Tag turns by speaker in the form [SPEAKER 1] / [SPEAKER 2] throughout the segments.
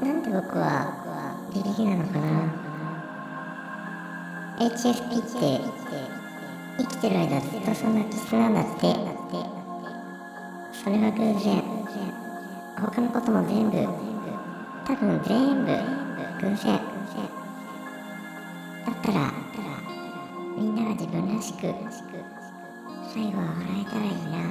[SPEAKER 1] なんで僕は自力なのかな HSP って生きてる間ずっとそんな気質なんだってそれは偶然他のことも全部多分全部偶然だったらみんなが自分らしく最後は笑えたらいいな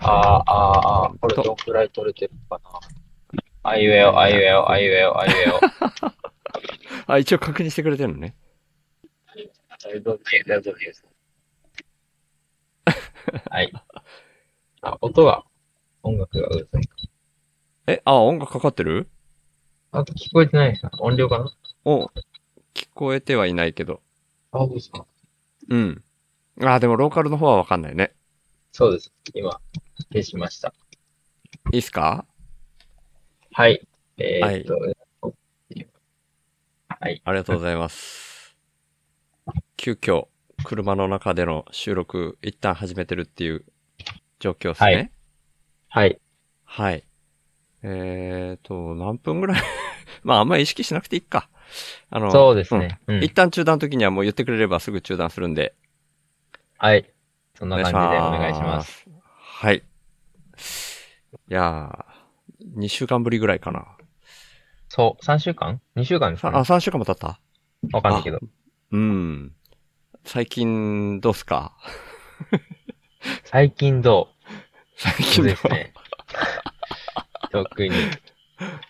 [SPEAKER 2] ああ、ああ、これどんくらい取れてるかな。あいうえお、あいうえお、あいうえお、あいうえお。
[SPEAKER 3] あ、一応確認してくれてるのね。
[SPEAKER 2] 大丈夫です。大丈夫 です。はい。あ、音が、音楽がうるさいか。
[SPEAKER 3] え、あ、音楽かかってる
[SPEAKER 2] あと聞こえてないですか音量かな
[SPEAKER 3] お、聞こえてはいないけど。
[SPEAKER 2] あ、そうですか。
[SPEAKER 3] うん。あ、でもローカルの方はわかんないね。
[SPEAKER 2] そうです。今、消しました。
[SPEAKER 3] いいっすか
[SPEAKER 2] はい。えーっと、はい。
[SPEAKER 3] ありがとうございます。急遽、車の中での収録、一旦始めてるっていう状況ですね。
[SPEAKER 2] はい。
[SPEAKER 3] はい。えーと、何分ぐらい まあ、あんまり意識しなくていいか。あの、
[SPEAKER 2] そうですね。う
[SPEAKER 3] うん。
[SPEAKER 2] ん
[SPEAKER 3] 一。旦中断の時にはもう言ってくれればすぐ中断するんで、
[SPEAKER 2] はい。そんな感じでお願いします。
[SPEAKER 3] す。はい。いやー、2週間ぶりぐらいかな。
[SPEAKER 2] そう、3週間 ?2 週間です
[SPEAKER 3] さ
[SPEAKER 2] か
[SPEAKER 3] あ、
[SPEAKER 2] ね
[SPEAKER 3] 3週間も経った
[SPEAKER 2] わかんないけど。
[SPEAKER 3] うん。最近、どうっすか
[SPEAKER 2] 最近どう
[SPEAKER 3] 最
[SPEAKER 2] そ
[SPEAKER 3] 近
[SPEAKER 2] う
[SPEAKER 3] どう
[SPEAKER 2] ですね。 特に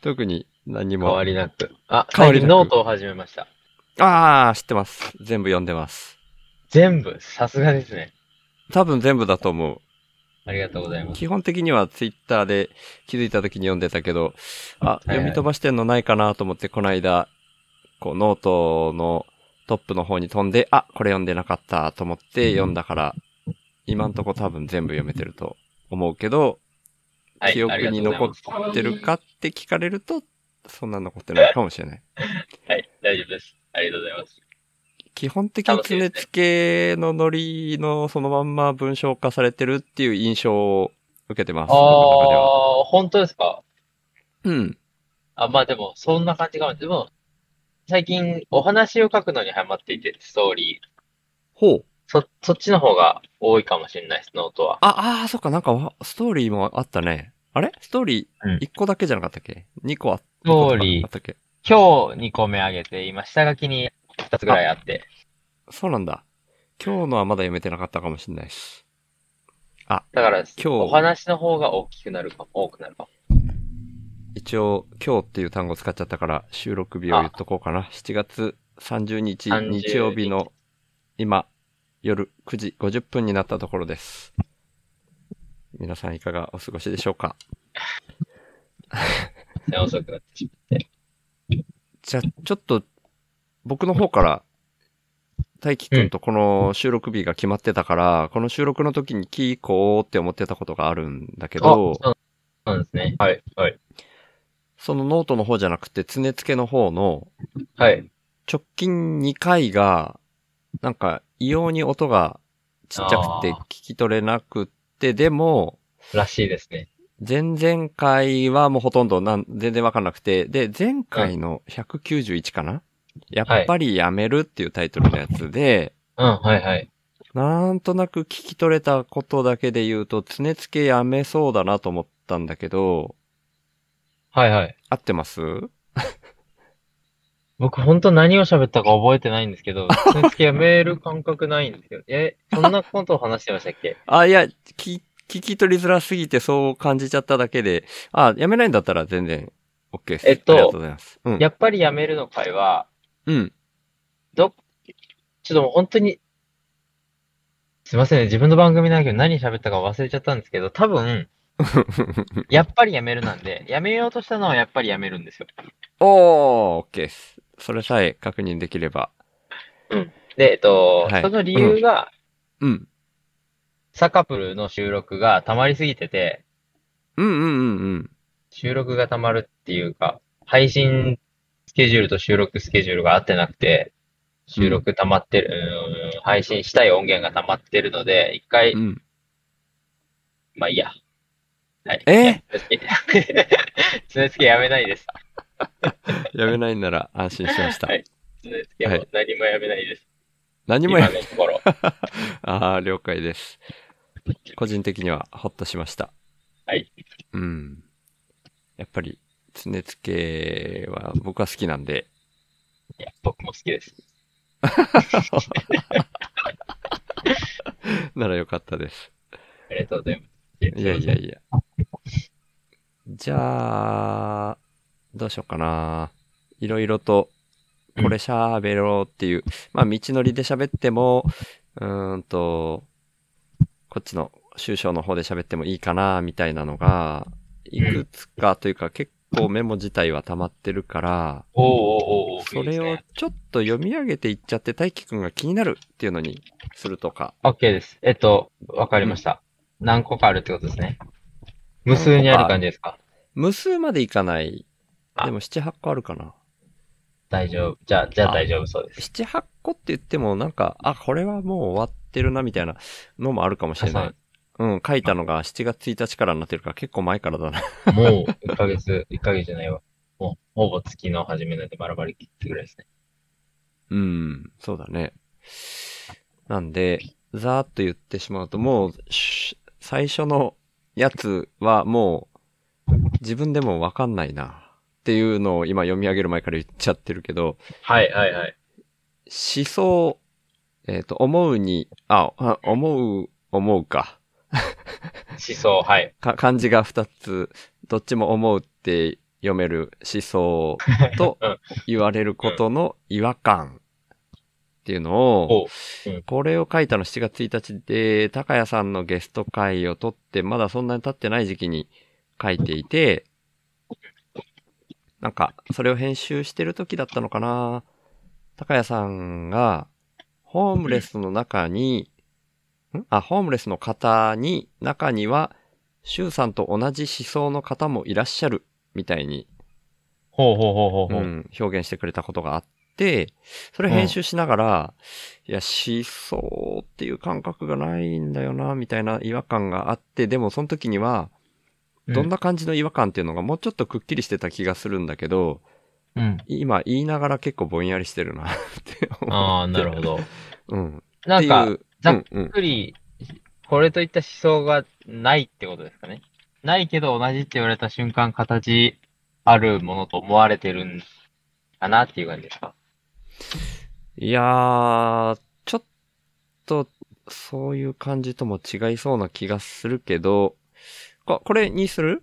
[SPEAKER 3] 特に何
[SPEAKER 2] 変
[SPEAKER 3] も。
[SPEAKER 2] わりなく。あ、
[SPEAKER 3] 変わ
[SPEAKER 2] 最
[SPEAKER 3] り
[SPEAKER 2] 近
[SPEAKER 3] なく
[SPEAKER 2] ノートを始めました。
[SPEAKER 3] ああ、知ってます。全部読んでます。
[SPEAKER 2] 全部、さすがですね。
[SPEAKER 3] 多分全部だと思。
[SPEAKER 2] ありがとうございうます。
[SPEAKER 3] 基本的にはツイッターで気づいた時に読んでたけど、あ、
[SPEAKER 2] いはい
[SPEAKER 3] 読み飛ばしてんのないかなと思って、この間、こう、ノートのトップの方に飛んで、あ、これ読んでなかったと思って読んだから、今んとこ多分全部読めてると思うけど、
[SPEAKER 2] はい
[SPEAKER 3] 記憶
[SPEAKER 2] ありがと
[SPEAKER 3] に
[SPEAKER 2] うござい
[SPEAKER 3] 残っ
[SPEAKER 2] ます
[SPEAKER 3] てるかって聞かれると、そんな残ってないかもしれない。
[SPEAKER 2] はい、大丈夫です。ありがとうございます。
[SPEAKER 3] 基本的に常つけのノリのそのまんま文章化されてるっていう印象を受けてます。
[SPEAKER 2] あ
[SPEAKER 3] 僕の中では
[SPEAKER 2] あ、本当ですか
[SPEAKER 3] うん。
[SPEAKER 2] あ、まあでも、そんな感じかも。でも、最近お話を書くのにハマっていて、ストーリー。
[SPEAKER 3] ほう。
[SPEAKER 2] そ、そっちの方が多いかもしれないです、ノートは。
[SPEAKER 3] あ、ああ、そっか、なんかわ、ストーリーもあったね。あれストーリ
[SPEAKER 2] うん
[SPEAKER 3] ー、1個だけじゃなかったっけ ?2 個あった。
[SPEAKER 2] ストーリー
[SPEAKER 3] あったっけ
[SPEAKER 2] 今日2個目上げて、今下書きに2つぐらいあって。
[SPEAKER 3] そうなんだ。今日のはまだ読めてなかったかもしれないし。
[SPEAKER 2] だから、
[SPEAKER 3] 日
[SPEAKER 2] お話の方が大きくなるかも、多くなるかも。
[SPEAKER 3] 一応、今日っていう単語使っちゃったから、収録日を言っとこうかな。7月30日、
[SPEAKER 2] 30日
[SPEAKER 3] 日曜日の、今、夜9時50分になったところです。皆さんいかがお過ごしでしょうか
[SPEAKER 2] ね遅くなってし
[SPEAKER 3] じゃあ、ちょっと、僕の方から、大輝くんとこの収録日が決まってたから、この収録の時に聞こうって思ってたことがあるんだけ
[SPEAKER 2] まう。
[SPEAKER 3] ど、
[SPEAKER 2] あ、そうなんですね。はい、はい。
[SPEAKER 3] そのノートの方じゃなくて、常付けの方の、
[SPEAKER 2] はい。
[SPEAKER 3] 直近2回が、なんか、異様に音がちっちゃくて
[SPEAKER 2] あー
[SPEAKER 3] 聞き取れなくって、でも、
[SPEAKER 2] らしいですね。
[SPEAKER 3] 前々回はもうほとんどなん、全然わかんなくて、で、前回の191かなやっぱりやめるっていうタイトルのやつで、
[SPEAKER 2] うん、はい、はい。
[SPEAKER 3] なんとなく聞き取れたことだけで言うと、常付けやめそうだなと思ったんだけど、
[SPEAKER 2] はい、はい。
[SPEAKER 3] 合ってます
[SPEAKER 2] 僕、本当何を喋ったか覚えてないんですけ ど、つけやめる感覚ないんですよ。え、そんなことを話してましたっ け
[SPEAKER 3] あ、いや、き聞き取りづらすぎてそう感じちゃっただけで、あ、やめないんだったら全然 OK です。
[SPEAKER 2] えっと
[SPEAKER 3] ありがとうございます。うん。
[SPEAKER 2] やっぱりやめるの会は、
[SPEAKER 3] うん。
[SPEAKER 2] ど、ちょっともう本当に、すいませんね。自分の番組なんだけど何喋ったか忘れちゃったんですけど、多分、やっぱりやめるなんで、やめようとしたのはやっぱりやめるんですよ。
[SPEAKER 3] おー、OK です。それさえ確認できれば。
[SPEAKER 2] で、えっと、
[SPEAKER 3] はい
[SPEAKER 2] その理由が、
[SPEAKER 3] うん。
[SPEAKER 2] サカプルの収録が溜まりすぎてて、
[SPEAKER 3] うんうんうんうん。
[SPEAKER 2] 収録が溜まるっていうか、配信スケジュールと収録スケジュールが合ってなくて、収録溜まってる、うん配信したい音源が溜まってるので、一回、
[SPEAKER 3] うん。
[SPEAKER 2] まあいいや。はい。
[SPEAKER 3] え
[SPEAKER 2] 常つけやめないです。
[SPEAKER 3] やめないなら安心しました。
[SPEAKER 2] はい常つけも何もやめないです。
[SPEAKER 3] 何も
[SPEAKER 2] 今
[SPEAKER 3] や、
[SPEAKER 2] のとこ ろ。
[SPEAKER 3] ああ、了解です。個人的にはほっとしました。
[SPEAKER 2] はい。
[SPEAKER 3] うん。やっぱり、つねつけは僕は好きなんで、
[SPEAKER 2] いや、僕も好きです。
[SPEAKER 3] ならよかったです。
[SPEAKER 2] ありがとうございます。
[SPEAKER 3] いやいやいや。じゃあ、どうしようかな。いろいろと、これ喋ろうっていう、まあ道のりで喋っても、うーんと、こっちの収章の方で喋ってもいいかな、みたいなのが、いくつかというか結構メモ自体は溜まってるから、
[SPEAKER 2] おおうおうおう
[SPEAKER 3] そ
[SPEAKER 2] いいで
[SPEAKER 3] れ
[SPEAKER 2] す
[SPEAKER 3] を
[SPEAKER 2] ね
[SPEAKER 3] ちょっと読み上げていっちゃって、大輝くんが気になるっていうのにするとか。
[SPEAKER 2] OK です。えっと、わかりました。何個かあるってことですね。無数にある感じですか
[SPEAKER 3] 無数までいかない。
[SPEAKER 2] あ
[SPEAKER 3] でも7、8個あるかな。
[SPEAKER 2] 大丈夫。じゃあ、じゃあ
[SPEAKER 3] あ
[SPEAKER 2] 大丈夫そうです。
[SPEAKER 3] 7、8個って言ってもなんか、あ、これはもう終わってるなみたいなのもあるかもしれな
[SPEAKER 2] あ
[SPEAKER 3] い。うん、書いたのが7月1日からになってるから結構前からだな。
[SPEAKER 2] もう、1ヶ月、1ヶ月じゃないわ。もう、ほぼ月の初めなんでバラバラ切ってぐらいですね。
[SPEAKER 3] うん、そうだね。なんで、ざーっと言ってしまうともう、し最初のやつはもう、自分でもわかんないな。っていうのを今読み上げる前から言っちゃってるけど、
[SPEAKER 2] はいはいはい。
[SPEAKER 3] 思想、えっ、と、思うに、あ、あ思う、思うか。
[SPEAKER 2] 思想、はい。
[SPEAKER 3] か漢字が2つ、どっちも思うって読める思想と
[SPEAKER 2] うん
[SPEAKER 3] 言われることの違和感っていうの
[SPEAKER 2] お
[SPEAKER 3] を、
[SPEAKER 2] う
[SPEAKER 3] これを書いたの7月1日で、高谷さんのゲスト会を取って、まだそんなに経ってない時期に書いていて、なんか、それを編集してる時だったのかな高谷さんが、ホームレスの中に、んあ、ホームレスの方に、中には、シュウさんと同じ思想の方もいらっしゃる、みたいに、
[SPEAKER 2] ほうほうほうほうほう。
[SPEAKER 3] うん、表現してくれたことがあって、それ編集しながら、いや、思想っていう感覚がないんだよな、みたいな違和感があって、でもその時には、
[SPEAKER 2] うん
[SPEAKER 3] どんな感じの違和感っていうのがもうちょっとくっきりしてた気がするんだけど、
[SPEAKER 2] うん。
[SPEAKER 3] 今言いながら結構ぼんやりしてるな、って 思
[SPEAKER 2] ああ、なるほど。
[SPEAKER 3] う。うん。
[SPEAKER 2] なん
[SPEAKER 3] ってい
[SPEAKER 2] か、
[SPEAKER 3] う
[SPEAKER 2] ざ
[SPEAKER 3] う
[SPEAKER 2] っ
[SPEAKER 3] んうん
[SPEAKER 2] くり、これといった思想がないってことですかね。ないけど同じって言われた瞬間、形あるものと思われてるんかなっていう感じですか。
[SPEAKER 3] いやー、ちょっと、そういう感じとも違いそうな気がするけど、ここれにする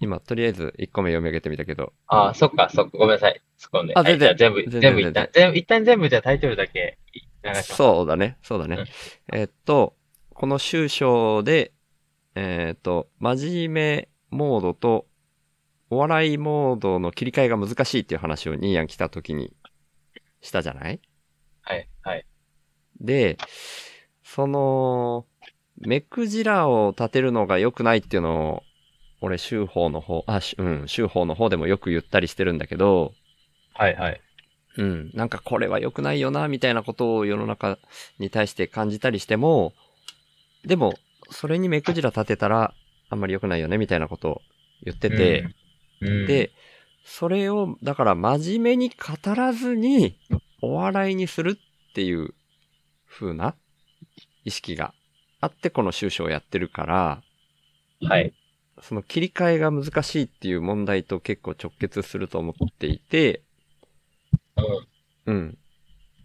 [SPEAKER 3] 今、とりあえず1個目読み上げてみたけど。
[SPEAKER 2] ああ、そっか、そっか、ごめんなさい。突っ込んで。
[SPEAKER 3] あ
[SPEAKER 2] はい
[SPEAKER 3] 全然
[SPEAKER 2] じゃあ全部、
[SPEAKER 3] 全然
[SPEAKER 2] 全部一旦
[SPEAKER 3] 全、
[SPEAKER 2] 全部一旦全部じゃあタイトルだけ流します。
[SPEAKER 3] そうだね、そうだね。
[SPEAKER 2] うん
[SPEAKER 3] えっと、この終章で、えっと、真面目モードと、お笑いモードの切り替えが難しいっていう話をニーヤン来た時にしたじゃない
[SPEAKER 2] はい、はい。
[SPEAKER 3] で、その、目くじらを立てるのが良くないっていうのを、俺、修法の方、あ、しうん、修法の方でもよく言ったりしてるんだけど、
[SPEAKER 2] はい、はい。
[SPEAKER 3] うん、なんかこれは良くないよな、みたいなことを世の中に対して感じたりしても、でも、それに目くじら立てたら、あんまり良くないよね、みたいなことを言ってて、
[SPEAKER 2] うん、うん、
[SPEAKER 3] で、それを、だから真面目に語らずに、お笑いにするっていう風な意識があって、この収集をやってるから、
[SPEAKER 2] はい。
[SPEAKER 3] その切り替えが難しいっていう問題と結構直結すると思っていて、
[SPEAKER 2] うん
[SPEAKER 3] うん。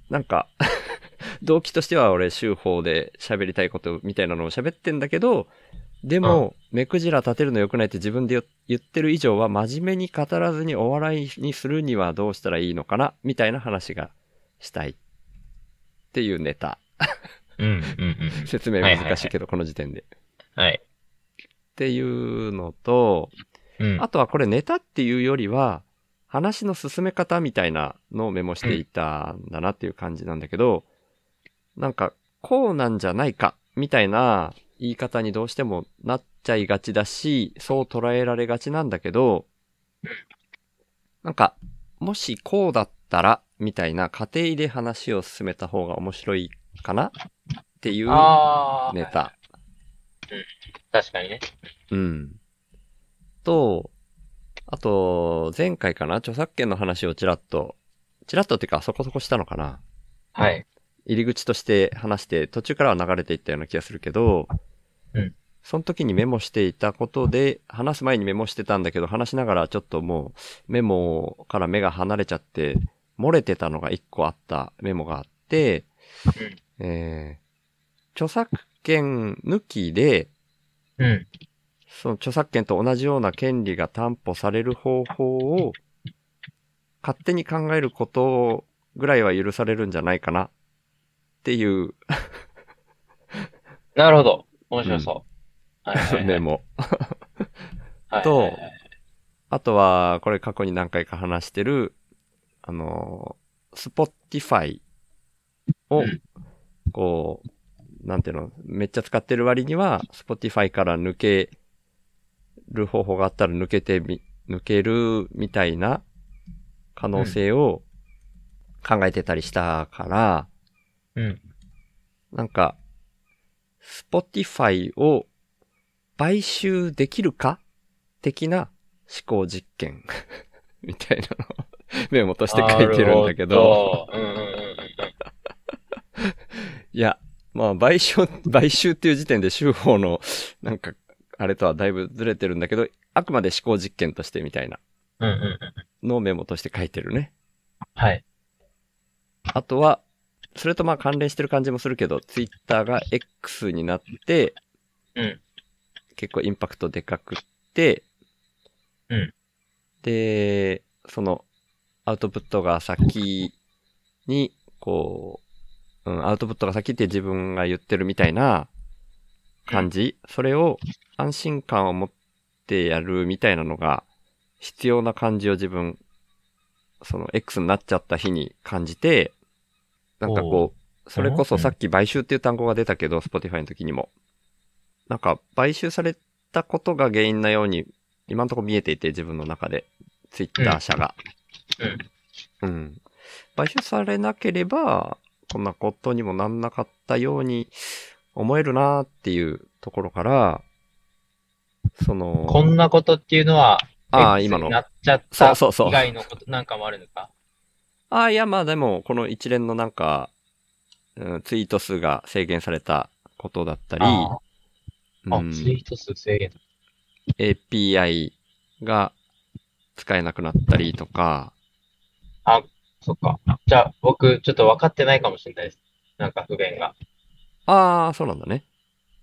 [SPEAKER 3] なんか、 動機としては俺、修法で喋りたいことみたいなのを喋ってんだけど、でも、目くじら立てるの良くないって自分で言言ってる以上は、真面目に語らずにお笑いにするにはどうしたらいいのかな、みたいな話がしたい。っていうネタ。
[SPEAKER 2] うん、うん、うん。
[SPEAKER 3] 説明難しいけど、この時点で。っ
[SPEAKER 2] はい。
[SPEAKER 3] ていうのと、
[SPEAKER 2] うん。
[SPEAKER 3] あとはこれネタっていうよりは、話の進め方みたいなのをメモしていたんだなっていう感じなんだけど、なんか、こうなんじゃないか、みたいな言い方にどうしてもなっちゃいがちだし、そう捉えられがちなんだけど、なんか、もしこうだったら、みたいな過程で話を進めた方が面白いかなっていう
[SPEAKER 2] ああ、
[SPEAKER 3] ネタ。
[SPEAKER 2] 確かにね。
[SPEAKER 3] うん。と、あと、前回かな著作権の話をちらっと、ちらっとっていうかそこそこしたのかな
[SPEAKER 2] はい。
[SPEAKER 3] 入り口として話して、途中からは流れていったような気がするけど、
[SPEAKER 2] うん
[SPEAKER 3] その時にメモしていたことで、話す前にメモしてたんだけど、話しながらちょっともう、メモから目が離れちゃって、漏れてたのが一個あったメモがあって、えー著作権抜きで、
[SPEAKER 2] うん。
[SPEAKER 3] その著作権と同じような権利が担保される方法を勝手に考えることぐらいは許されるんじゃないかなっていう
[SPEAKER 2] なるほど。面白そう。はいはいはい
[SPEAKER 3] メモ。
[SPEAKER 2] はい
[SPEAKER 3] と
[SPEAKER 2] はいはい
[SPEAKER 3] あとは、これ過去に何回か話してる、あのー、Spotify を
[SPEAKER 2] うん、
[SPEAKER 3] こう、なんていうの、めっちゃ使ってる割には、Spotify から抜ける方法があったら抜けてみ、抜けるみたいな可能性を考えてたりしたから、
[SPEAKER 2] うん。
[SPEAKER 3] なんか、Spotify を買収できるか的な思考実験 みたいなのをメモとして書いてるんだけ
[SPEAKER 2] なるほ
[SPEAKER 3] ど、
[SPEAKER 2] ど。うんうんうんうん。
[SPEAKER 3] いや、まあ、買収、 買収っていう時点で州法の、なんか、あれとはだいぶずれてるんだけど、あくまで思考実験としてみたいな
[SPEAKER 2] うんうんうん。
[SPEAKER 3] のをメモとして書いてるね。
[SPEAKER 2] はい。
[SPEAKER 3] あとは、それとまあ関連してる感じもするけど、ツイッターが X になって、
[SPEAKER 2] うん
[SPEAKER 3] 結構インパクトでかくって、
[SPEAKER 2] うん
[SPEAKER 3] で、その、アウトプットが先に、こう、うん、アウトプットが先って自分が言ってるみたいな感じ、それを安心感を持ってやるみたいなのが必要な感じを自分、その X になっちゃった日に感じて、なんかこう、それこそさっき買収っていう単語が出たけど、Spotify の時にも。なんか、買収されたことが原因なように、今のところ見えていて、自分の中で、Twitter 社が。うん。買収されなければ、こんなことにもなんなかったように思えるなーっていうところから、その、
[SPEAKER 2] こんなことっていうのは、
[SPEAKER 3] ああ、
[SPEAKER 2] X
[SPEAKER 3] 今
[SPEAKER 2] に
[SPEAKER 3] の。
[SPEAKER 2] な
[SPEAKER 3] あ
[SPEAKER 2] っちゃっ
[SPEAKER 3] そ
[SPEAKER 2] た
[SPEAKER 3] うそうそう
[SPEAKER 2] 以外のことなんかもあるのか。
[SPEAKER 3] あ、いや、まあでも、この一連のなんか、うん、ツイート数が制限されたことだったり、
[SPEAKER 2] ああ、
[SPEAKER 3] うん
[SPEAKER 2] ツイート数制限。
[SPEAKER 3] API が使えなくなったりとか、
[SPEAKER 2] そっか。じゃあ、僕、ちょっと分かってないかもしれないです。なんか不便が。
[SPEAKER 3] ああ、そうなんだね。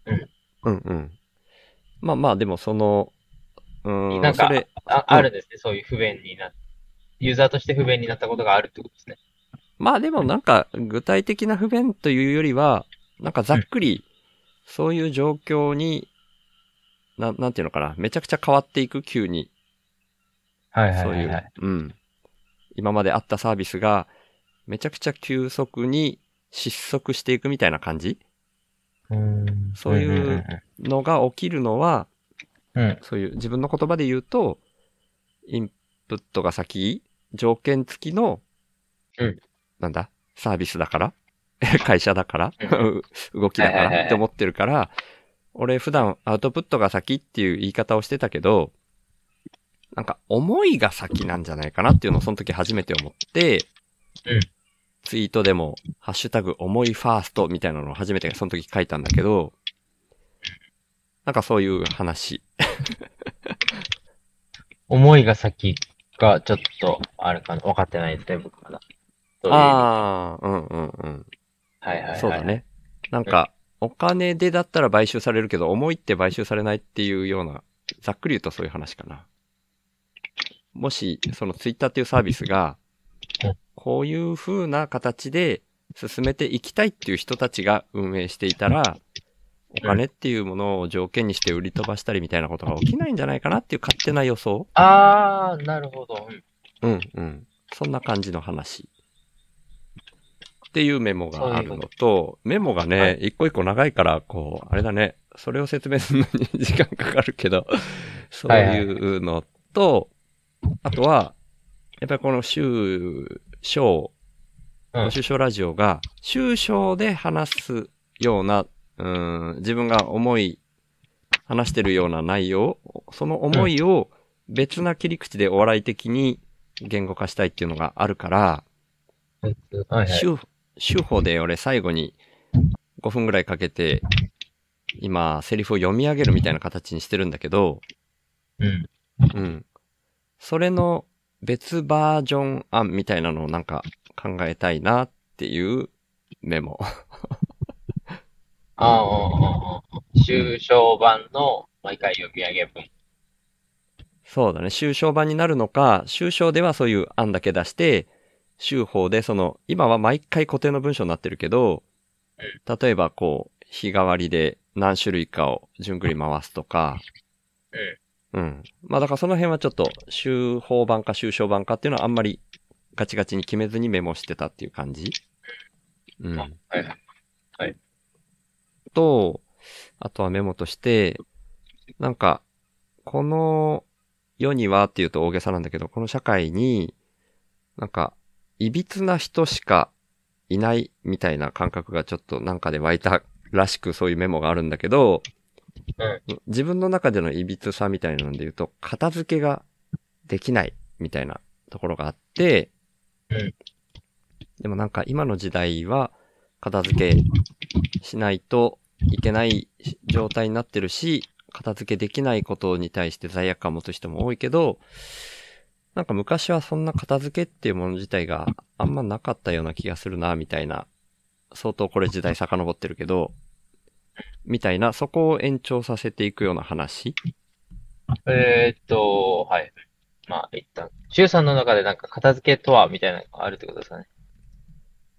[SPEAKER 2] うん。
[SPEAKER 3] うんうん。まあまあ、でもその、うーん、
[SPEAKER 2] なんか
[SPEAKER 3] それ、
[SPEAKER 2] あ
[SPEAKER 3] うん
[SPEAKER 2] あるんですね。そういう不便になユーザーとして不便になったことがあるってことですね。
[SPEAKER 3] まあでもなんか具体的な不便というよりは、なんかざっくり、そういう状況に、ななんていうのかな、めちゃくちゃ変わっていく、急に。
[SPEAKER 2] はい
[SPEAKER 3] そういう。、うん。今まであったサービスが、めちゃくちゃ急速に失速していくみたいな感じそういうのが起きるのは、
[SPEAKER 2] うん。うん。
[SPEAKER 3] そういう自分の言葉で言うと、インプットが先、条件付きの、
[SPEAKER 2] うん
[SPEAKER 3] なんだ、サービスだから、 会社だから、 動きだ
[SPEAKER 2] はいはい
[SPEAKER 3] か
[SPEAKER 2] はいは
[SPEAKER 3] ら
[SPEAKER 2] い
[SPEAKER 3] って思ってるから、俺普段アウトプットが先っていう言い方をしてたけど、なんか思いが先なんじゃないかなっていうのをその時初めて思って、
[SPEAKER 2] うん
[SPEAKER 3] ツイートでも、ハッシュタグ思いファーストみたいなのを初めてその時書いたんだけど、なんかそういう話。
[SPEAKER 2] 思いが先がちょっと、あるかな。分かってないですね、僕まだ。そういう
[SPEAKER 3] ああ、うんうんうん。
[SPEAKER 2] はいはいはい。
[SPEAKER 3] そうだ。ね。なんか、お金でだったら買収されるけど、思いって買収されないっていうような、ざっくり言うとそういう話かな。もし、そのツイッターっていうサービスが
[SPEAKER 2] うん、
[SPEAKER 3] こういう風な形で進めていきたいっていう人たちが運営していたら、お金っていうものを条件にして売り飛ばしたりみたいなことが起きないんじゃないかなっていう勝手な予想
[SPEAKER 2] ああ、なるほど。うん
[SPEAKER 3] うんうん。そんな感じの話。っていうメモがあるのと、メモが
[SPEAKER 2] は
[SPEAKER 3] ね、一個一個長いから、こう、あれだね、それを説明するのに時間かかるけど、そういうのと、あとは、やっぱりこの週、章、
[SPEAKER 2] うん
[SPEAKER 3] 週章ラジオが、週章で話すような、うん、自分が思い、話してるような内容、その思いを別な切り口でお笑い的に言語化したいっていうのがあるから、
[SPEAKER 2] はいはい。
[SPEAKER 3] 週、週報で俺最後に5分ぐらいかけて、今、セリフを読み上げるみたいな形にしてるんだけど、
[SPEAKER 2] うん。
[SPEAKER 3] うん。それの別バージョン案みたいなのをなんか考えたいなっていうメモ。
[SPEAKER 2] ああ、ああ、ああ。終章版の毎回読み上げ文。
[SPEAKER 3] そうだね。終章版になるのか、終章ではそういう案だけ出して、週報でその、今は毎回固定の文章になってるけど、例えばこう、日替わりで何種類かを順繰り回すとか、うん。まあだからその辺はちょっと、週報版か終章版かっていうのはあんまりガチガチに決めずにメモしてたっていう感じう
[SPEAKER 2] あ
[SPEAKER 3] ん。
[SPEAKER 2] はいはい。
[SPEAKER 3] と、あとはメモとして、なんか、この世にはっていうと大げさなんだけど、この社会に、なんか、いびつな人しかいないみたいな感覚がちょっとなんかで湧いたらしくそういうメモがあるんだけど、自分の中でのいびつさみたいなんで言うと、片付けができないみたいなところがあって、
[SPEAKER 2] うん
[SPEAKER 3] でもなんか今の時代は片付けしないといけない状態になってるし、片付けできないことに対して罪悪感を持つ人も多いけど、なんか昔はそんな片付けっていうもの自体があんまなかったような気がするな、みたいな。相当これ時代遡ってるけど、みたいな、そこを延長させていくような話。
[SPEAKER 2] えーっと、はい。まあ、一旦。週3の中でなんか片付けとはみたいなのがあるってことですかね。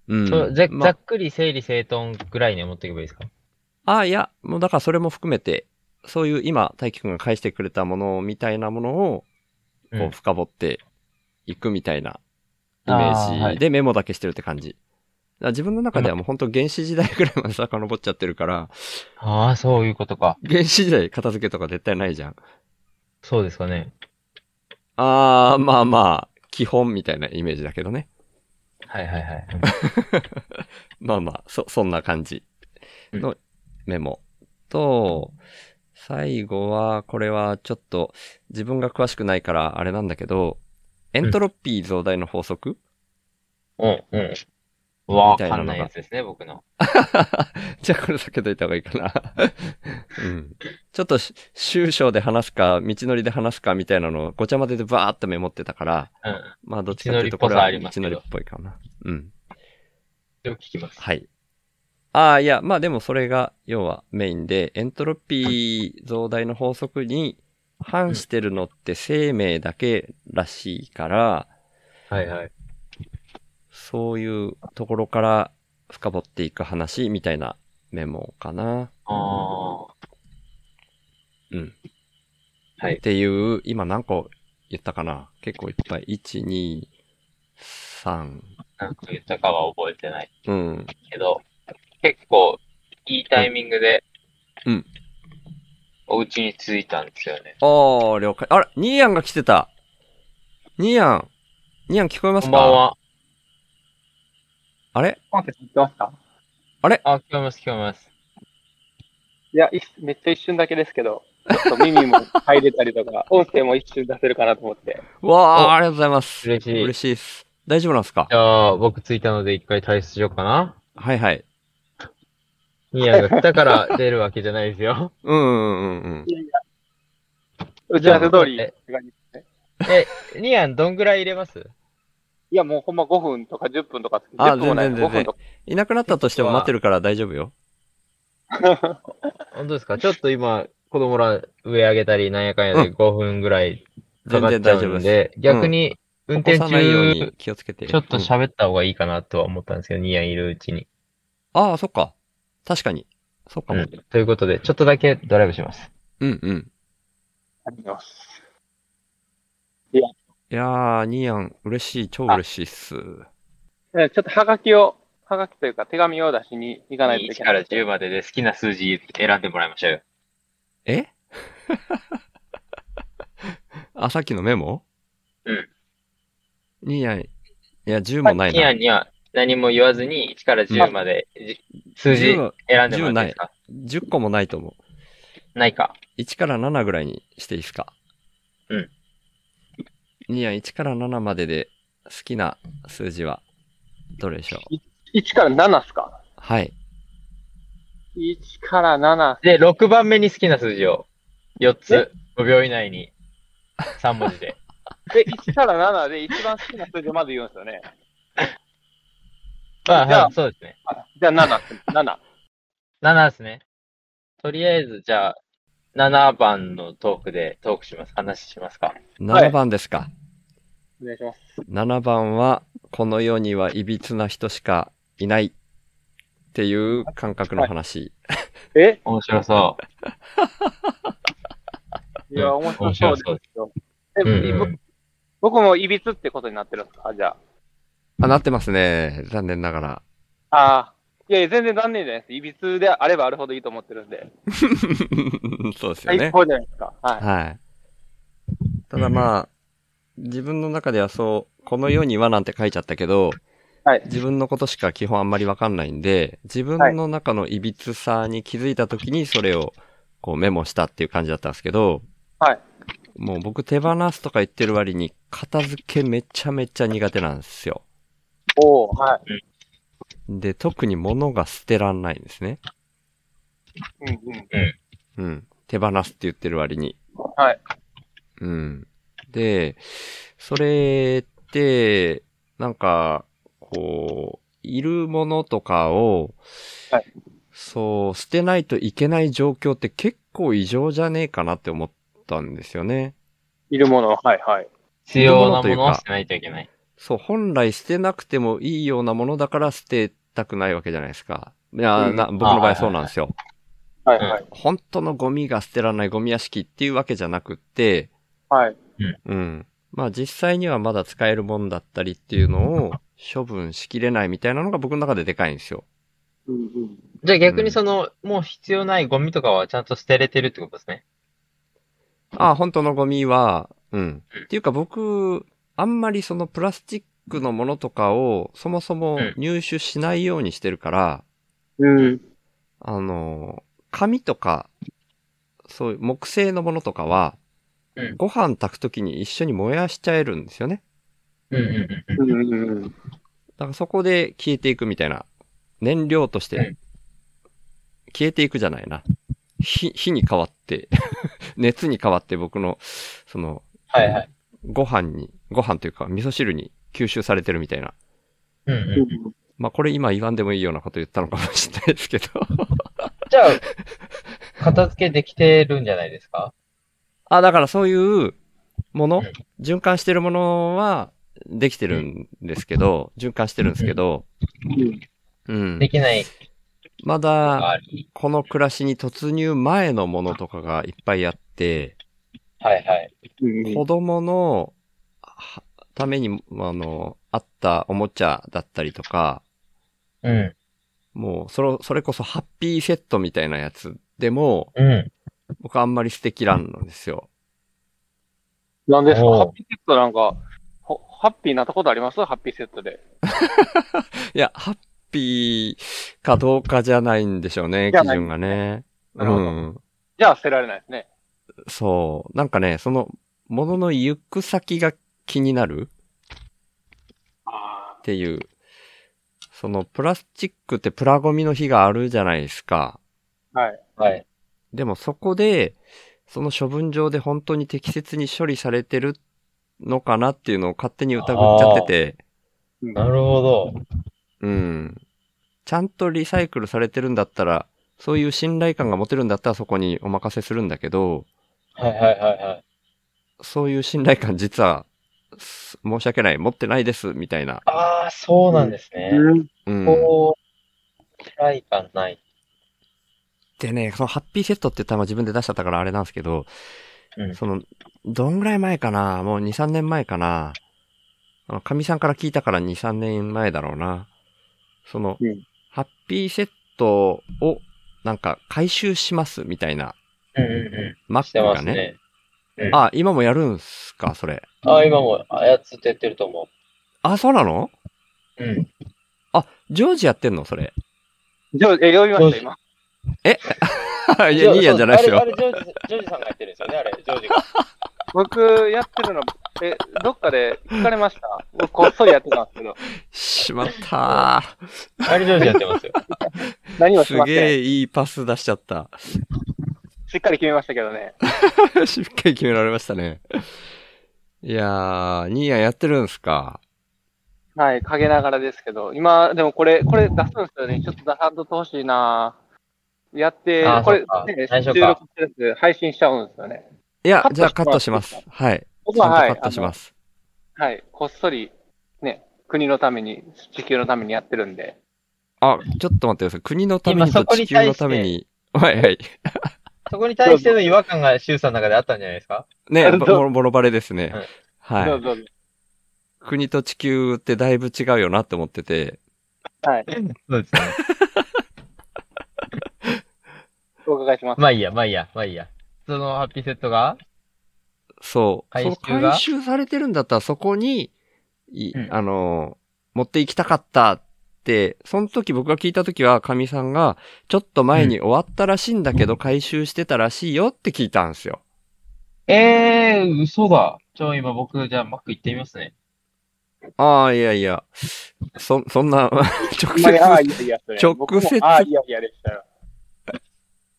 [SPEAKER 3] うん。
[SPEAKER 2] そうざ
[SPEAKER 3] ま
[SPEAKER 2] ざっくり整理整頓ぐらいに思っていけばいいですか
[SPEAKER 3] ああ、いや、もうだからそれも含めて、そういう今、大輝くんが返してくれたものみたいなものを、
[SPEAKER 2] う
[SPEAKER 3] こ
[SPEAKER 2] ん
[SPEAKER 3] う深掘っていくみたいなイメ
[SPEAKER 2] あーは
[SPEAKER 3] ー
[SPEAKER 2] い
[SPEAKER 3] ジでメモだけしてるって感じ。だから自分の中ではもう本当原始時代ぐらいまで遡っちゃってるから、
[SPEAKER 2] ああ、そういうことか。
[SPEAKER 3] 原始時代片付けとか絶対ないじゃん。
[SPEAKER 2] そうですかね。
[SPEAKER 3] あー、まあまあ、基本みたいなイメージだけどね。
[SPEAKER 2] はいはいはい。
[SPEAKER 3] まあまあ、そ、そんな感じのメモ。と、最後は、これはちょっと自分が詳しくないからあれなんだけど、エントロピー増大の法則、
[SPEAKER 2] うん、うん。わ
[SPEAKER 3] みたい
[SPEAKER 2] か
[SPEAKER 3] なの
[SPEAKER 2] ん
[SPEAKER 3] が
[SPEAKER 2] ないやつですね、僕の。
[SPEAKER 3] じゃあこれ避けといた方がいいかな。 うん。ちょっとし、終章で話すか、道のりで話すかみたいなのをごちゃ混ぜでバーっとメモってたから、
[SPEAKER 2] うん。
[SPEAKER 3] まあどっちかっていうとこれは道のりっぽいかな。うん。
[SPEAKER 2] でも聞きます。
[SPEAKER 3] はい。ああ、いや、まあでもそれが、要はメインで、エントロピー増大の法則に反してるのって生命だけらしいから、
[SPEAKER 2] はいはい。
[SPEAKER 3] そういうところから深掘っていく話みたいなメモかな。
[SPEAKER 2] ああ。
[SPEAKER 3] うん。
[SPEAKER 2] はい
[SPEAKER 3] っていう、今何個言ったかな結構いっぱい。1、2、3。
[SPEAKER 2] なんか言ったかは覚えてない
[SPEAKER 3] うん。
[SPEAKER 2] けど、結構いいタイミングで、
[SPEAKER 3] うん。
[SPEAKER 2] お家に着いたんですよね。
[SPEAKER 3] ああ、了解。あら、ニーヤンが来てた。ニーヤン。ニーヤン聞こえます
[SPEAKER 2] こ
[SPEAKER 3] か
[SPEAKER 2] んばんは。
[SPEAKER 3] あれ
[SPEAKER 4] マーケット行ってますか
[SPEAKER 2] あ、聞こえます、聞こえます。
[SPEAKER 4] いや、いっめっちゃ一瞬だけですけど、ちょっと耳も入れたり とか、音声も一瞬出せるかなと思って。
[SPEAKER 3] わあ、ありがとうございます。
[SPEAKER 2] 嬉しい。
[SPEAKER 3] 嬉しいです。大丈夫なんですか
[SPEAKER 2] じゃあ、僕着いたので一回退出しようかな。
[SPEAKER 3] はいはい。
[SPEAKER 2] ニーヤンが来たから出るわけじゃないです よ。
[SPEAKER 3] うんうんうんうん。
[SPEAKER 4] 打ち合わせ通り。
[SPEAKER 2] じゃあ
[SPEAKER 4] って感じですね
[SPEAKER 2] え、ニーヤンどんぐらい入れます
[SPEAKER 4] いや、もうほんま5分とか10分とか、
[SPEAKER 3] あ
[SPEAKER 4] 10分もない
[SPEAKER 3] 全
[SPEAKER 4] な、
[SPEAKER 3] 然
[SPEAKER 4] 5分とか。
[SPEAKER 3] いなくなったとしても待ってるから大丈夫よ。
[SPEAKER 2] 本当ですかちょっと今、子供ら上上げたり、なんやかんやで
[SPEAKER 3] う
[SPEAKER 2] 5分ぐらいか
[SPEAKER 3] 全
[SPEAKER 2] かっ
[SPEAKER 3] 然
[SPEAKER 2] ちゃ
[SPEAKER 3] 大丈
[SPEAKER 2] う
[SPEAKER 3] 夫
[SPEAKER 2] ん
[SPEAKER 3] で
[SPEAKER 2] で、逆に
[SPEAKER 3] す。
[SPEAKER 2] 運転
[SPEAKER 3] 起こさないよう
[SPEAKER 2] 中
[SPEAKER 3] に、気をつけて。
[SPEAKER 2] ちょっと
[SPEAKER 3] うん
[SPEAKER 2] 喋った方がいいかなとは思ったんですけど、ニーヤンいるうちに。
[SPEAKER 3] ああ、そっか。確かに。そうか
[SPEAKER 2] う
[SPEAKER 3] も。
[SPEAKER 2] んということで、ちょっとだけドライブします。
[SPEAKER 3] うんうん。
[SPEAKER 4] あります。
[SPEAKER 3] いやー、ニーヤン、嬉しい。超嬉しいっす。
[SPEAKER 4] えちょっとハガキを、ハガキというか手紙を出しに行かないといけない。
[SPEAKER 2] までで好きな数字選んでもらいましょうよ。
[SPEAKER 3] え あ、さっきのメモ
[SPEAKER 2] うん。
[SPEAKER 3] にや、いや、10
[SPEAKER 2] さ
[SPEAKER 3] も
[SPEAKER 2] っ
[SPEAKER 3] ない
[SPEAKER 2] きや
[SPEAKER 3] な。
[SPEAKER 2] には何も言わずに1から10までじ数字
[SPEAKER 3] 10は
[SPEAKER 2] 選んでもらっていいですか
[SPEAKER 3] 10個もないと思う。
[SPEAKER 2] ないか。
[SPEAKER 3] 1から7ぐらいにしていいですか
[SPEAKER 2] うん。
[SPEAKER 3] にや、1から7までで好きな数字はどれでしょう
[SPEAKER 4] 1から7っすか
[SPEAKER 3] はい。
[SPEAKER 4] ?1 から7。
[SPEAKER 2] で、6番目に好きな数字を4
[SPEAKER 4] え
[SPEAKER 2] つ、5秒以内に3文字で。
[SPEAKER 4] で、1から7で一番好きな数字をまず言うんですよね。
[SPEAKER 2] まあ、
[SPEAKER 4] じゃあ
[SPEAKER 2] はいそうですね。
[SPEAKER 4] あじゃあ7っす、7。
[SPEAKER 2] 7ですね。とりあえず、じゃあ、7番のトークでトークします。話しますか。
[SPEAKER 4] はい
[SPEAKER 3] 7番ですか、
[SPEAKER 4] お願いします。
[SPEAKER 3] 7番は、この世にはいびつな人しかいないっていう感覚の話。
[SPEAKER 4] え
[SPEAKER 2] 面白そ
[SPEAKER 4] いや、面白そうですよ。え、
[SPEAKER 2] うんうん
[SPEAKER 4] ぼ僕もいびつってことになってるんですかじゃ
[SPEAKER 3] あ、なってますね。残念ながら。
[SPEAKER 4] あ。ああ。いやいや、全然残念じゃないです。いびつであればあるほどいいと思ってるんで。
[SPEAKER 3] そうですよ
[SPEAKER 4] 最
[SPEAKER 3] ね。
[SPEAKER 4] 高じゃないですか。はい。
[SPEAKER 3] はい。ただまあ、自分の中ではそう、この世にはなんて書いちゃったけど、
[SPEAKER 4] はい
[SPEAKER 3] 自分のことしか基本あんまりわかんないんで、自分の中のいびつさに気づいた時にそれをこうメモしたっていう感じだったんですけど、
[SPEAKER 4] はい
[SPEAKER 3] もう僕手放すとか言ってる割に片付けめちゃめちゃ苦手なんですよ。
[SPEAKER 4] おおはい。
[SPEAKER 3] で、特に物が捨てらんないんですね。
[SPEAKER 4] うんうん。
[SPEAKER 3] うん。手放すって言ってる割に。
[SPEAKER 4] はい。
[SPEAKER 3] うん。で、それって、なんか、こう、いるものとかを、
[SPEAKER 4] はい
[SPEAKER 3] そう、捨てないといけない状況って結構異常じゃねえかなって思ったんですよね。
[SPEAKER 4] いるもの、はいはい。
[SPEAKER 2] う。必要なも
[SPEAKER 3] いるものという
[SPEAKER 2] の
[SPEAKER 3] か
[SPEAKER 2] を捨てないといけない。
[SPEAKER 3] そう、本来捨てなくてもいいようなものだから捨てたくないわけじゃないですか。いや、
[SPEAKER 4] うん
[SPEAKER 3] な僕の場合そうなんですよ。
[SPEAKER 4] はいはい。
[SPEAKER 3] 本当のゴミが捨てられないゴミ屋敷っていうわけじゃなくって、
[SPEAKER 4] はい。
[SPEAKER 3] うん。まあ実際にはまだ使えるもんだったりっていうの を処分しきれないみたいなのが僕の中ででかいんですよ。
[SPEAKER 4] うんうん。
[SPEAKER 2] じゃあ逆
[SPEAKER 3] うん
[SPEAKER 2] にその、もう必要ないゴミとかはちゃんと捨てれてるってことですね。
[SPEAKER 3] ああ、本当のゴミは、うん。っていうか僕、あんまりそのプラスチックのものとかをそもそも入手しないようにしてるから、
[SPEAKER 4] うん。
[SPEAKER 3] あの、紙とか、そういう木製のものとかは
[SPEAKER 2] うん、
[SPEAKER 3] ご飯炊くときに一緒に燃やしちゃえるんですよね。
[SPEAKER 2] うんうんうん。
[SPEAKER 4] うんうんうん。
[SPEAKER 3] だからそこで消えていくみたいな。燃料とし
[SPEAKER 2] う
[SPEAKER 3] て
[SPEAKER 2] ん、
[SPEAKER 3] 消えていくじゃないな。火、火に変わって、 熱に変わって僕の、その、
[SPEAKER 2] はいはい。
[SPEAKER 3] ご飯に、ご飯というか味噌汁に吸収されてるみたいな。
[SPEAKER 2] うんうん、
[SPEAKER 3] まあこれ今言わんでもいいようなこと言ったのかもしれないで すけど。
[SPEAKER 2] じゃあ、片付けできてるんじゃないですか
[SPEAKER 3] あ、だからそういうもの
[SPEAKER 2] うん、
[SPEAKER 3] 循環してるものはできてるんですけど、循環してるんですけど、
[SPEAKER 4] うん
[SPEAKER 3] うん
[SPEAKER 2] で。きない
[SPEAKER 3] まだ、
[SPEAKER 2] があり。
[SPEAKER 3] この暮らしに突入前のものとかがいっぱいあって、
[SPEAKER 2] はいはい。
[SPEAKER 4] うん
[SPEAKER 3] 子供のはために、あの、あったおもちゃだったりとか、
[SPEAKER 2] うん。
[SPEAKER 3] もう、それ、それこそハッピーセットみたいなやつでも、
[SPEAKER 2] うん。
[SPEAKER 3] 僕あんまり捨てきらんのですよ。
[SPEAKER 4] なんですか
[SPEAKER 2] おう
[SPEAKER 4] ハッピーセットなんか、ほハッピーになったことありますハッピーセットで。
[SPEAKER 3] いや、ハッピーかどうかじゃないんでしょうね、
[SPEAKER 4] じゃ
[SPEAKER 3] 基
[SPEAKER 4] ない
[SPEAKER 3] 準がね。う
[SPEAKER 4] なるほど
[SPEAKER 3] ん。
[SPEAKER 4] じゃあ捨てられないですね。
[SPEAKER 3] そう。なんかね、その、ものの行く先が気になる
[SPEAKER 4] あ
[SPEAKER 3] っていう、そのプラスチックってプラゴミの日があるじゃないですか。
[SPEAKER 4] あ。はい。
[SPEAKER 2] はい。
[SPEAKER 3] でもそこで、その処分場で本当に適切に処理されてるのかなっていうのを勝手に疑っちゃってて、
[SPEAKER 4] うん
[SPEAKER 2] なるほど。
[SPEAKER 3] うん。ちゃんとリサイクルされてるんだったら、そういう信頼感が持てるんだったらそこにお任せするんだけど、
[SPEAKER 2] はいはいはいはい。
[SPEAKER 3] そういう信頼感実は、す申し訳ない、持ってないです、みたいな。
[SPEAKER 2] ああ、そうなんですね。
[SPEAKER 4] うん
[SPEAKER 3] うん。
[SPEAKER 2] こう、辛い感ない。
[SPEAKER 3] でね、そのハッピーセットって単語自分で出しちゃったからあれなんですけど、
[SPEAKER 2] うん
[SPEAKER 3] その、どんぐらい前かなもう2、3年前かなあの、神さんから聞いたから2、3年前だろうな。その、
[SPEAKER 4] うん
[SPEAKER 3] ハッピーセットを、なんか、回収しますみたいな
[SPEAKER 2] うんうんう
[SPEAKER 3] マ
[SPEAKER 2] ん。し
[SPEAKER 3] ッ
[SPEAKER 2] て
[SPEAKER 3] ク
[SPEAKER 2] ま
[SPEAKER 3] が
[SPEAKER 2] す
[SPEAKER 3] ね。
[SPEAKER 2] ね。
[SPEAKER 3] あ、今もやるんすか、それ。
[SPEAKER 2] あ、今も、あやつってやってると思
[SPEAKER 3] あ、そうなの
[SPEAKER 2] う。うん。
[SPEAKER 3] あ、ジョージやってんのそれ。
[SPEAKER 4] ジョージ、え、読みました、今。
[SPEAKER 3] いや、ニーヤンじゃないです
[SPEAKER 2] あ
[SPEAKER 3] よ
[SPEAKER 2] れ、。あれジョージ、ジョージさんがやってるんですよね、あれ、ジョージが。
[SPEAKER 4] 僕、やってるの、え、どっかで聞かれました僕、こっそりやってたんですけど。
[SPEAKER 3] しまった
[SPEAKER 2] あれ、ジョージや ってますよ。
[SPEAKER 4] 何
[SPEAKER 3] ー。
[SPEAKER 4] もし
[SPEAKER 3] す
[SPEAKER 4] ません。
[SPEAKER 3] げえいいパス出しちゃった。
[SPEAKER 4] しっかり決めましたけどね。
[SPEAKER 3] しっかり決められましたね。いやー、ニーヤンやってるんすか。
[SPEAKER 4] はい、陰ながらですけど。今、でもこれ、これ出すんですよね。ちょっと出さんとってほしいなやって
[SPEAKER 2] あー、
[SPEAKER 4] こ
[SPEAKER 2] そ
[SPEAKER 4] れ
[SPEAKER 2] っか、
[SPEAKER 4] ね、
[SPEAKER 2] 最初
[SPEAKER 4] 収
[SPEAKER 2] か
[SPEAKER 4] 録してるやつ配信しちゃうんですよね。
[SPEAKER 3] いや
[SPEAKER 4] カッ、ト
[SPEAKER 3] じゃあカットします
[SPEAKER 4] し。
[SPEAKER 3] はい。
[SPEAKER 4] 僕
[SPEAKER 3] ちゃ
[SPEAKER 4] は、
[SPEAKER 3] んと
[SPEAKER 4] はい、
[SPEAKER 3] カットします。
[SPEAKER 4] あのはい、こっそり、ね、国のために、地球のためにやってるんで。
[SPEAKER 3] あ、ちょっと待ってください。国のために
[SPEAKER 2] 今
[SPEAKER 3] と
[SPEAKER 2] そこ
[SPEAKER 3] 地
[SPEAKER 2] に
[SPEAKER 3] 球の
[SPEAKER 2] 対して
[SPEAKER 3] ために。はいはい。
[SPEAKER 2] そこに対しての違和感が、シュウさんの中であったんじゃないですか
[SPEAKER 3] ね、
[SPEAKER 4] どう
[SPEAKER 3] ボロボロバレですね
[SPEAKER 2] はい。
[SPEAKER 4] ど
[SPEAKER 3] は
[SPEAKER 4] う
[SPEAKER 3] い。
[SPEAKER 4] ぞどうぞ。
[SPEAKER 3] 国と地球ってだいぶ違うよなって思ってて。
[SPEAKER 4] はい、
[SPEAKER 2] そうですね。
[SPEAKER 4] お伺いします。
[SPEAKER 2] まあいいや、まあいいや、まあいいや。そのハッピーセットが
[SPEAKER 3] そう。
[SPEAKER 2] 回
[SPEAKER 3] そ
[SPEAKER 2] 収
[SPEAKER 3] の
[SPEAKER 2] が
[SPEAKER 3] 回収されてるんだったらそこに、い
[SPEAKER 2] うん
[SPEAKER 3] あのー、持って行きたかったって、その時僕が聞いた時は、神さんが、ちょっと前に終わったらしいんだけど回収してたらしいよって聞いたんですよ。
[SPEAKER 2] ええー、嘘だ。ちょ、今僕、じゃあマック行ってみますね。
[SPEAKER 3] ああ、いやいや。そ、そんな、直
[SPEAKER 4] まあ、ああ、
[SPEAKER 3] 接
[SPEAKER 4] いやいや、そ
[SPEAKER 3] 直
[SPEAKER 4] れ。
[SPEAKER 3] 接
[SPEAKER 4] 僕もああ、いやいやでしたら。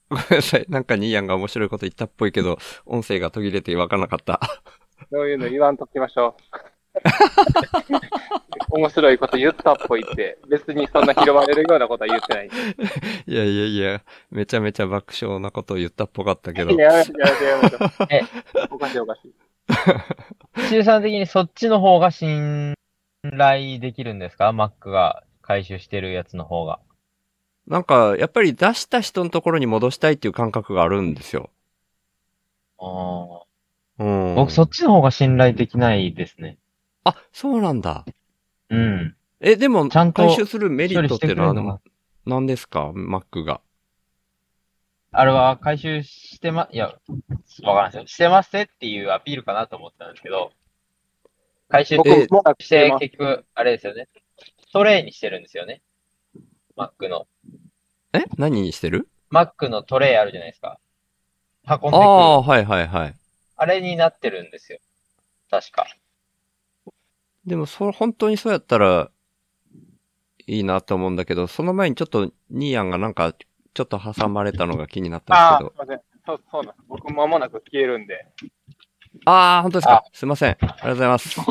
[SPEAKER 3] ごめんなさい。 なんかニーヤンが面白いこと言ったっぽいけど、音声が途切れて分からなかった。
[SPEAKER 4] そういうの言わんときましょう。面白いこと言ったっぽいって、別にそんな拾われるようなことは言ってない。
[SPEAKER 3] いやいやいや、めちゃめちゃ爆笑なことを言ったっぽかったけど
[SPEAKER 4] い。ややめてやめてやめて
[SPEAKER 2] え
[SPEAKER 4] おかしいおかしい。
[SPEAKER 2] シュウさん的にそっちの方が信頼できるんですかマックが回収してるやつの方が。
[SPEAKER 3] なんか、やっぱり出した人のところに戻したいっていう感覚があるんですよ。うん。
[SPEAKER 2] 僕、そっちの方が信頼できないですね。
[SPEAKER 3] あ、そうなんだ。
[SPEAKER 2] うん。
[SPEAKER 3] え、でも、
[SPEAKER 2] ちゃんと
[SPEAKER 3] 回収するメリットっ
[SPEAKER 2] 処理してく
[SPEAKER 3] ての
[SPEAKER 2] れるの
[SPEAKER 3] は
[SPEAKER 2] が、
[SPEAKER 3] 何ですかマックが。
[SPEAKER 2] あれは回収してま、いや、わからんですよ。してますねっていうアピールかなと思ってたんですけど、回収
[SPEAKER 4] 僕
[SPEAKER 3] え
[SPEAKER 4] もう
[SPEAKER 2] し
[SPEAKER 4] して
[SPEAKER 2] て
[SPEAKER 4] ま、す。
[SPEAKER 2] 結局、あれですよね。トレイにしてるんですよね。マックの。
[SPEAKER 3] え何にしてる
[SPEAKER 2] マックのトレイあるじゃないですか。運んでく
[SPEAKER 3] あ
[SPEAKER 2] る。あ
[SPEAKER 3] あー、はいはいはい。
[SPEAKER 2] れになってるんですよ。確か。
[SPEAKER 3] でも、そ、本当にそうやったら、いいなと思うんだけど、その前にちょっと、ニーヤンがなんか、ちょっと挟まれたのが気になった
[SPEAKER 4] あ
[SPEAKER 3] ん
[SPEAKER 4] あ、
[SPEAKER 3] ですす
[SPEAKER 4] い
[SPEAKER 3] けど。
[SPEAKER 4] ません。そう、そうなんです。僕間もなく消えるんで。
[SPEAKER 3] ああ、本当ですかすいません。ありがとうございます。
[SPEAKER 4] そし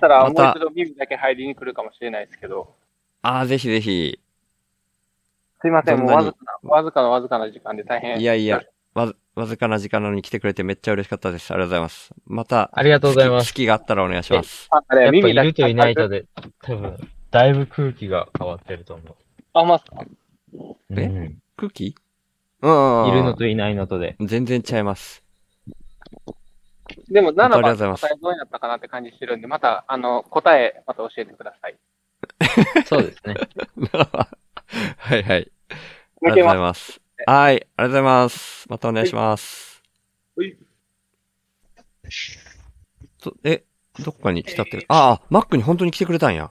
[SPEAKER 4] たら、
[SPEAKER 3] ま
[SPEAKER 4] も
[SPEAKER 3] た
[SPEAKER 4] う一度耳だけ入りに来るかもしれないですけど。
[SPEAKER 3] ああ、ぜひぜひ。
[SPEAKER 4] すいません、
[SPEAKER 3] どん
[SPEAKER 4] もう
[SPEAKER 3] な
[SPEAKER 4] わ
[SPEAKER 3] に
[SPEAKER 4] ずかな、わずかのわずかな時間で大変。
[SPEAKER 3] いやいや、わず、わずかな時間なのに来てくれてめっちゃ嬉しかったです。ありがとうございます。また、
[SPEAKER 2] ありがとうございます
[SPEAKER 3] 好きがあったらお願いします。
[SPEAKER 4] あ。あ
[SPEAKER 2] や
[SPEAKER 4] れ、
[SPEAKER 2] っぱい
[SPEAKER 4] 耳だけ
[SPEAKER 2] るといないとで、多分、だいぶ空気が変わってると思
[SPEAKER 4] あ、まあ、
[SPEAKER 2] う。
[SPEAKER 3] え
[SPEAKER 2] うん
[SPEAKER 3] 空気うん。
[SPEAKER 2] いるのといないのとで。
[SPEAKER 3] 全然ちゃいます。
[SPEAKER 4] でも7
[SPEAKER 3] ありがとうご
[SPEAKER 4] 番
[SPEAKER 3] ざいます
[SPEAKER 4] 答えどうやったかなって感じしてるんで、また、あの、答え、また教えてください。
[SPEAKER 2] そうですね。
[SPEAKER 3] はいはい。あり
[SPEAKER 4] 抜
[SPEAKER 3] がとう
[SPEAKER 4] け
[SPEAKER 3] ござい
[SPEAKER 4] ます。
[SPEAKER 3] ます。はい、ありがとうございます。またお願いします。
[SPEAKER 4] はい
[SPEAKER 3] とえ、どっかに来たって、ああ、マックに本当に来てくれたんや。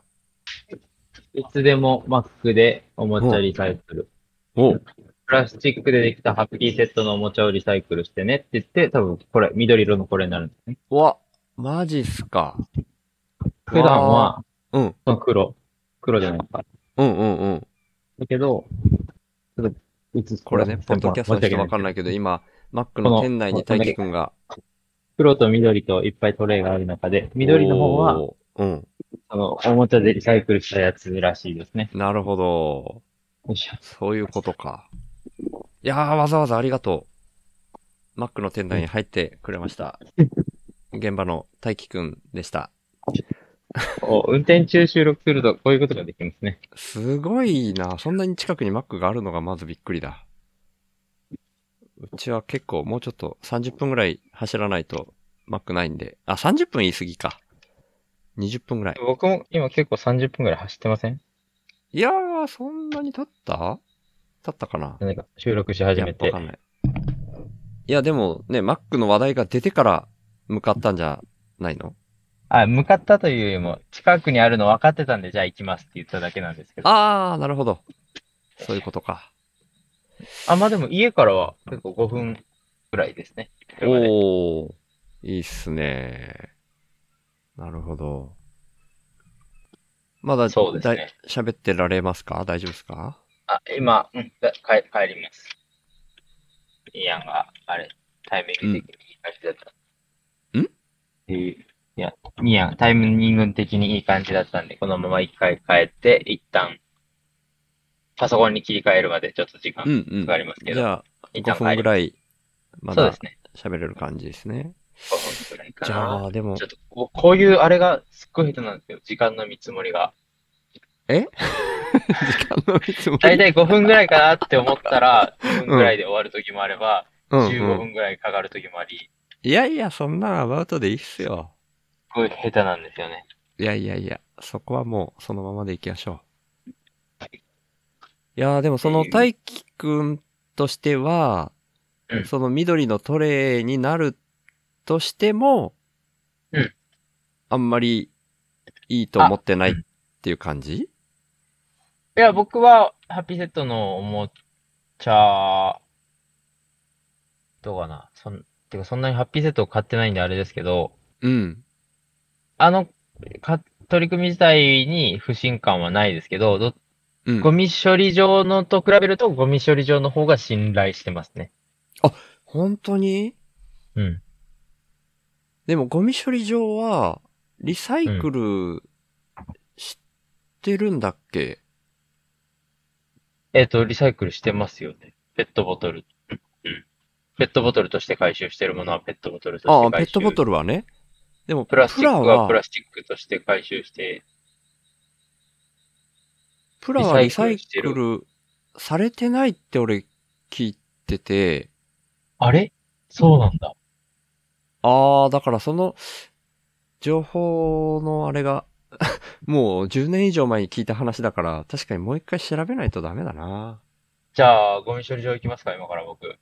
[SPEAKER 2] いつでもマックでおもちゃリサイクル。
[SPEAKER 3] おう
[SPEAKER 2] プラスチックでできたハッピーセットのおもちゃをリサイクルしてねって言って、多分これ、緑色のこれになるんですね。
[SPEAKER 3] うわ、マジっすか。
[SPEAKER 2] 普段は、
[SPEAKER 3] うん、
[SPEAKER 2] その黒。黒じゃないですか。
[SPEAKER 3] うんうんうん。
[SPEAKER 2] だけど、ちょっと映す
[SPEAKER 3] これね、ポッドキャストの人わかん
[SPEAKER 2] い。
[SPEAKER 3] ないけど、今、マックの店内に大輝くんが、
[SPEAKER 2] 黒と緑といっぱいトレイがある中で、緑の方は、
[SPEAKER 3] おー、うん。
[SPEAKER 2] その、おもちゃでリサイクルしたやつらしいですね。
[SPEAKER 3] なるほど。
[SPEAKER 2] よいしょ。
[SPEAKER 3] そういうことか。いやー、わざわざありがとう。マックの店内に入ってくれました。現場の大輝くんでした。
[SPEAKER 2] お運転中収録すると、こういうことができますね。
[SPEAKER 3] すごいな。そんなに近くにマックがあるのがまずびっくりだ。うちは結構もうちょっと30分ぐらい走らないとマックないんで。あ、30分言い過ぎか。20分ぐらい。
[SPEAKER 2] 僕も今結構30分ぐらい走ってません
[SPEAKER 3] いやー、そんなに経った経ったかな
[SPEAKER 2] なんか収録し始
[SPEAKER 3] や
[SPEAKER 2] め
[SPEAKER 3] っぱ
[SPEAKER 2] て
[SPEAKER 3] わか。んない。いや、でもね、Mac の話題が出てから向かったんじゃないの
[SPEAKER 2] あ、向かったというよりも、近くにあるの分かってたんで、じゃあ行きますって言っただけなんですけど。あ、
[SPEAKER 3] あー、なるほど。そういうことか。
[SPEAKER 2] まあでも家からは結構5分ぐらいですね。車で
[SPEAKER 3] おー、いいっすね。なるほど。まだ、
[SPEAKER 2] そうですね
[SPEAKER 3] だい喋ってられますか大丈夫ですか
[SPEAKER 2] あ、今、うん、だ帰帰ります。イアンが、あれ、タイミング的にいい感じだった。
[SPEAKER 3] うん
[SPEAKER 2] っていういや、イアン、タイミング的にいい感じだったんで、このまま一回帰って、一旦、パソコンに切り替えるまでちょっと時間
[SPEAKER 3] うんうん。
[SPEAKER 2] かかりますけ
[SPEAKER 3] じ
[SPEAKER 2] ど、
[SPEAKER 3] ゃあ、
[SPEAKER 2] 一
[SPEAKER 3] 5
[SPEAKER 2] 旦帰
[SPEAKER 3] 分
[SPEAKER 2] り
[SPEAKER 3] ぐ
[SPEAKER 2] ま。
[SPEAKER 3] らい、ます
[SPEAKER 2] そうで
[SPEAKER 3] だ
[SPEAKER 2] すね。
[SPEAKER 3] 喋れる感じですね。
[SPEAKER 2] 5分ぐらいか
[SPEAKER 3] じ
[SPEAKER 2] な。
[SPEAKER 3] ゃあ、でも
[SPEAKER 2] ちょ、っとこう、こういうあれがすっごい下手なんですよ。時間の見積もりが。
[SPEAKER 3] 時間の見積もり
[SPEAKER 2] だいたい5分ぐらいかなって思ったら、5分ぐらいで終わる時もあれば、
[SPEAKER 3] うん
[SPEAKER 2] 15
[SPEAKER 3] うん。
[SPEAKER 2] 分ぐらいかかる時もあり、
[SPEAKER 3] いやいや、そんなアバウトでいいっすよ。
[SPEAKER 2] すごい下手なんですよね。
[SPEAKER 3] いやいやいや、そこはもうそのままでいきましょう。いやーでもその大輝くんとしては、
[SPEAKER 2] うん
[SPEAKER 3] その緑のトレイになるとしても、
[SPEAKER 2] うん
[SPEAKER 3] あんまりいいと思ってないっていう感じ
[SPEAKER 2] いや、僕は、ハッピーセットのおもちゃ、どうかな。そん、てか、そんなにハッピーセットを買ってないんであれですけど、
[SPEAKER 3] うん。
[SPEAKER 2] あの、か、取り組み自体に不信感はないですけど、ど、
[SPEAKER 3] うん
[SPEAKER 2] ゴ。ミ処理場のと比べると、ゴミ処理場の方が信頼してますね。
[SPEAKER 3] 本当に
[SPEAKER 2] うん。
[SPEAKER 3] でもゴミ処理場は、リサイクルしてるんだっけ、
[SPEAKER 2] えっと、リサイクルしてますよね。ペットボトル。うんペットボトルとして回収してるものはペットボトルとして
[SPEAKER 3] ああ、ペ
[SPEAKER 2] 回
[SPEAKER 3] ットボ
[SPEAKER 2] 収。
[SPEAKER 3] トルはね。でも、
[SPEAKER 2] プラスチック
[SPEAKER 3] は
[SPEAKER 2] はプラスチックとして回収して、
[SPEAKER 3] プラはリサイクルされてないって俺聞いてて、
[SPEAKER 2] あれそうなんだ。
[SPEAKER 3] ああ、だからその、情報のあれが、 もう10年以上前に聞いた話だから、確かにもう一回調べないとダメだな。
[SPEAKER 2] じゃあ、ゴミ処理場行きますか、今から僕。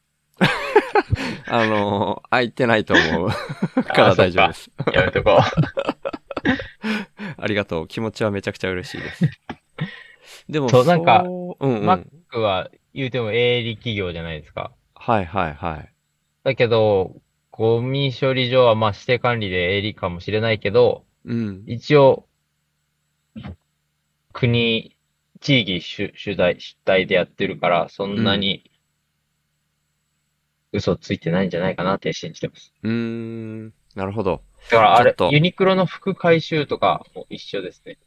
[SPEAKER 3] あのー、 空いてないと思う から大丈夫です。
[SPEAKER 2] やめとこう。
[SPEAKER 3] ありがとう。気持ちはめちゃくちゃ嬉しい です。でも、
[SPEAKER 2] そうなんか
[SPEAKER 3] そう、うんうん。
[SPEAKER 2] マッ僕は、言うても営利企業じゃないですか。
[SPEAKER 3] はいはいはい。
[SPEAKER 2] だけど、ゴミ処理場は、まあ、指定管理で営利かもしれないけど、
[SPEAKER 3] うん。
[SPEAKER 2] 一応、国、地域主主体、主体でやってるから、そんなに、嘘ついてないんじゃないかなって信じてます。
[SPEAKER 3] うーん。なるほど。
[SPEAKER 2] だから、あれ
[SPEAKER 3] ちょっ、と
[SPEAKER 2] ユニクロの服回収とかも一緒ですね。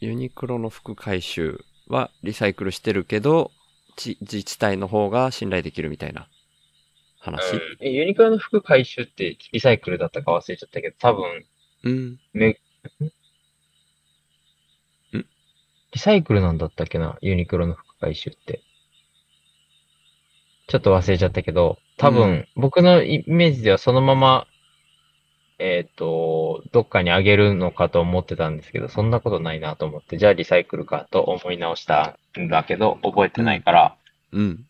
[SPEAKER 3] ユニクロの服回収はリサイクルしてるけど、ち自治体の方が信頼できるみたいな話。
[SPEAKER 2] うん、えユニクロの服回収ってリサイクルだったか忘れちゃったけど、多分、
[SPEAKER 3] うん。
[SPEAKER 2] め、
[SPEAKER 3] ん
[SPEAKER 2] リサイクルなんだったっけな、ユニクロの服回収って。ちょっと忘れちゃったけど、多分、
[SPEAKER 3] う
[SPEAKER 2] 僕のイメージではそのまま、えっ、と、どっかにあげるのかと思ってたんですけど、そんなことないなと思って、じゃあリサイクルかと思い直したんだけど、覚えてないから、
[SPEAKER 3] うん。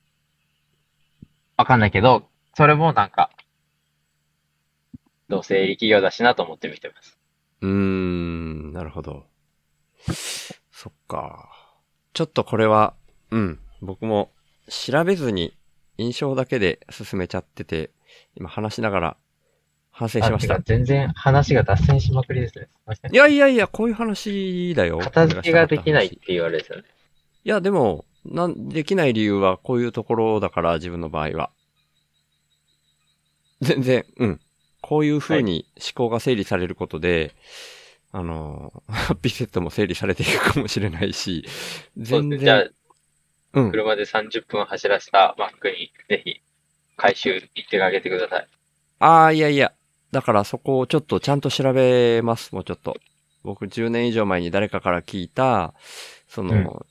[SPEAKER 2] わかんないけど、それもなんか、どうせ営利企業だしなと思って見てます。
[SPEAKER 3] うーん。なるほど。そっか。ちょっとこれは、うん。僕も調べずに印象だけで進めちゃってて、今話しながら反省しまし
[SPEAKER 2] あて
[SPEAKER 3] た
[SPEAKER 2] か。全然話が脱線しまくりですね。すいません
[SPEAKER 3] いやいやいや、こういう話だよ。
[SPEAKER 2] 片付けができないっ
[SPEAKER 3] い
[SPEAKER 2] て言われですよね。
[SPEAKER 3] や、でも、なん、できない理由はこういうところだから、自分の場合は。全然、うん。こういう風に思考が整理されることで、あの、ハッピー セットも整理されていくかもしれないし、
[SPEAKER 2] そう
[SPEAKER 3] 全
[SPEAKER 2] ですね。
[SPEAKER 3] 然、
[SPEAKER 2] じゃあ、
[SPEAKER 3] うん。
[SPEAKER 2] 車で30分走らせたマックに、ぜひ、回収行ってあげてください。
[SPEAKER 3] ああ、いやいや。だからそこをちょっとちゃんと調べます、もうちょっと。僕10年以上前に誰かから聞いた、その、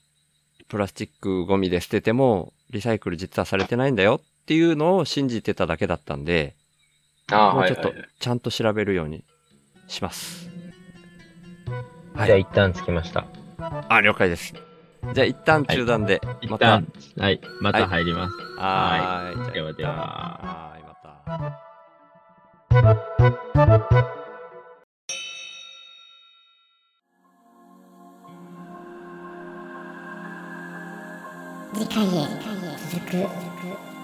[SPEAKER 3] プラスチックゴミで捨てても、リサイクル実はされてないんだよっていうのを信じてただけだったんで、
[SPEAKER 2] ああ、
[SPEAKER 3] もう
[SPEAKER 2] はい
[SPEAKER 3] ちょっ
[SPEAKER 2] はいは
[SPEAKER 3] と
[SPEAKER 2] い。
[SPEAKER 3] ちゃんと調べるようにします。は
[SPEAKER 2] じゃあ
[SPEAKER 3] い。
[SPEAKER 2] 一旦着きました。
[SPEAKER 3] あ、了解です。じゃあ一旦中断で、
[SPEAKER 2] 一
[SPEAKER 3] また
[SPEAKER 2] 旦、はい、また入ります。
[SPEAKER 3] はーい。
[SPEAKER 2] ではで
[SPEAKER 3] じゃあ
[SPEAKER 2] は。
[SPEAKER 3] はーい、また。
[SPEAKER 1] 次回へ続く。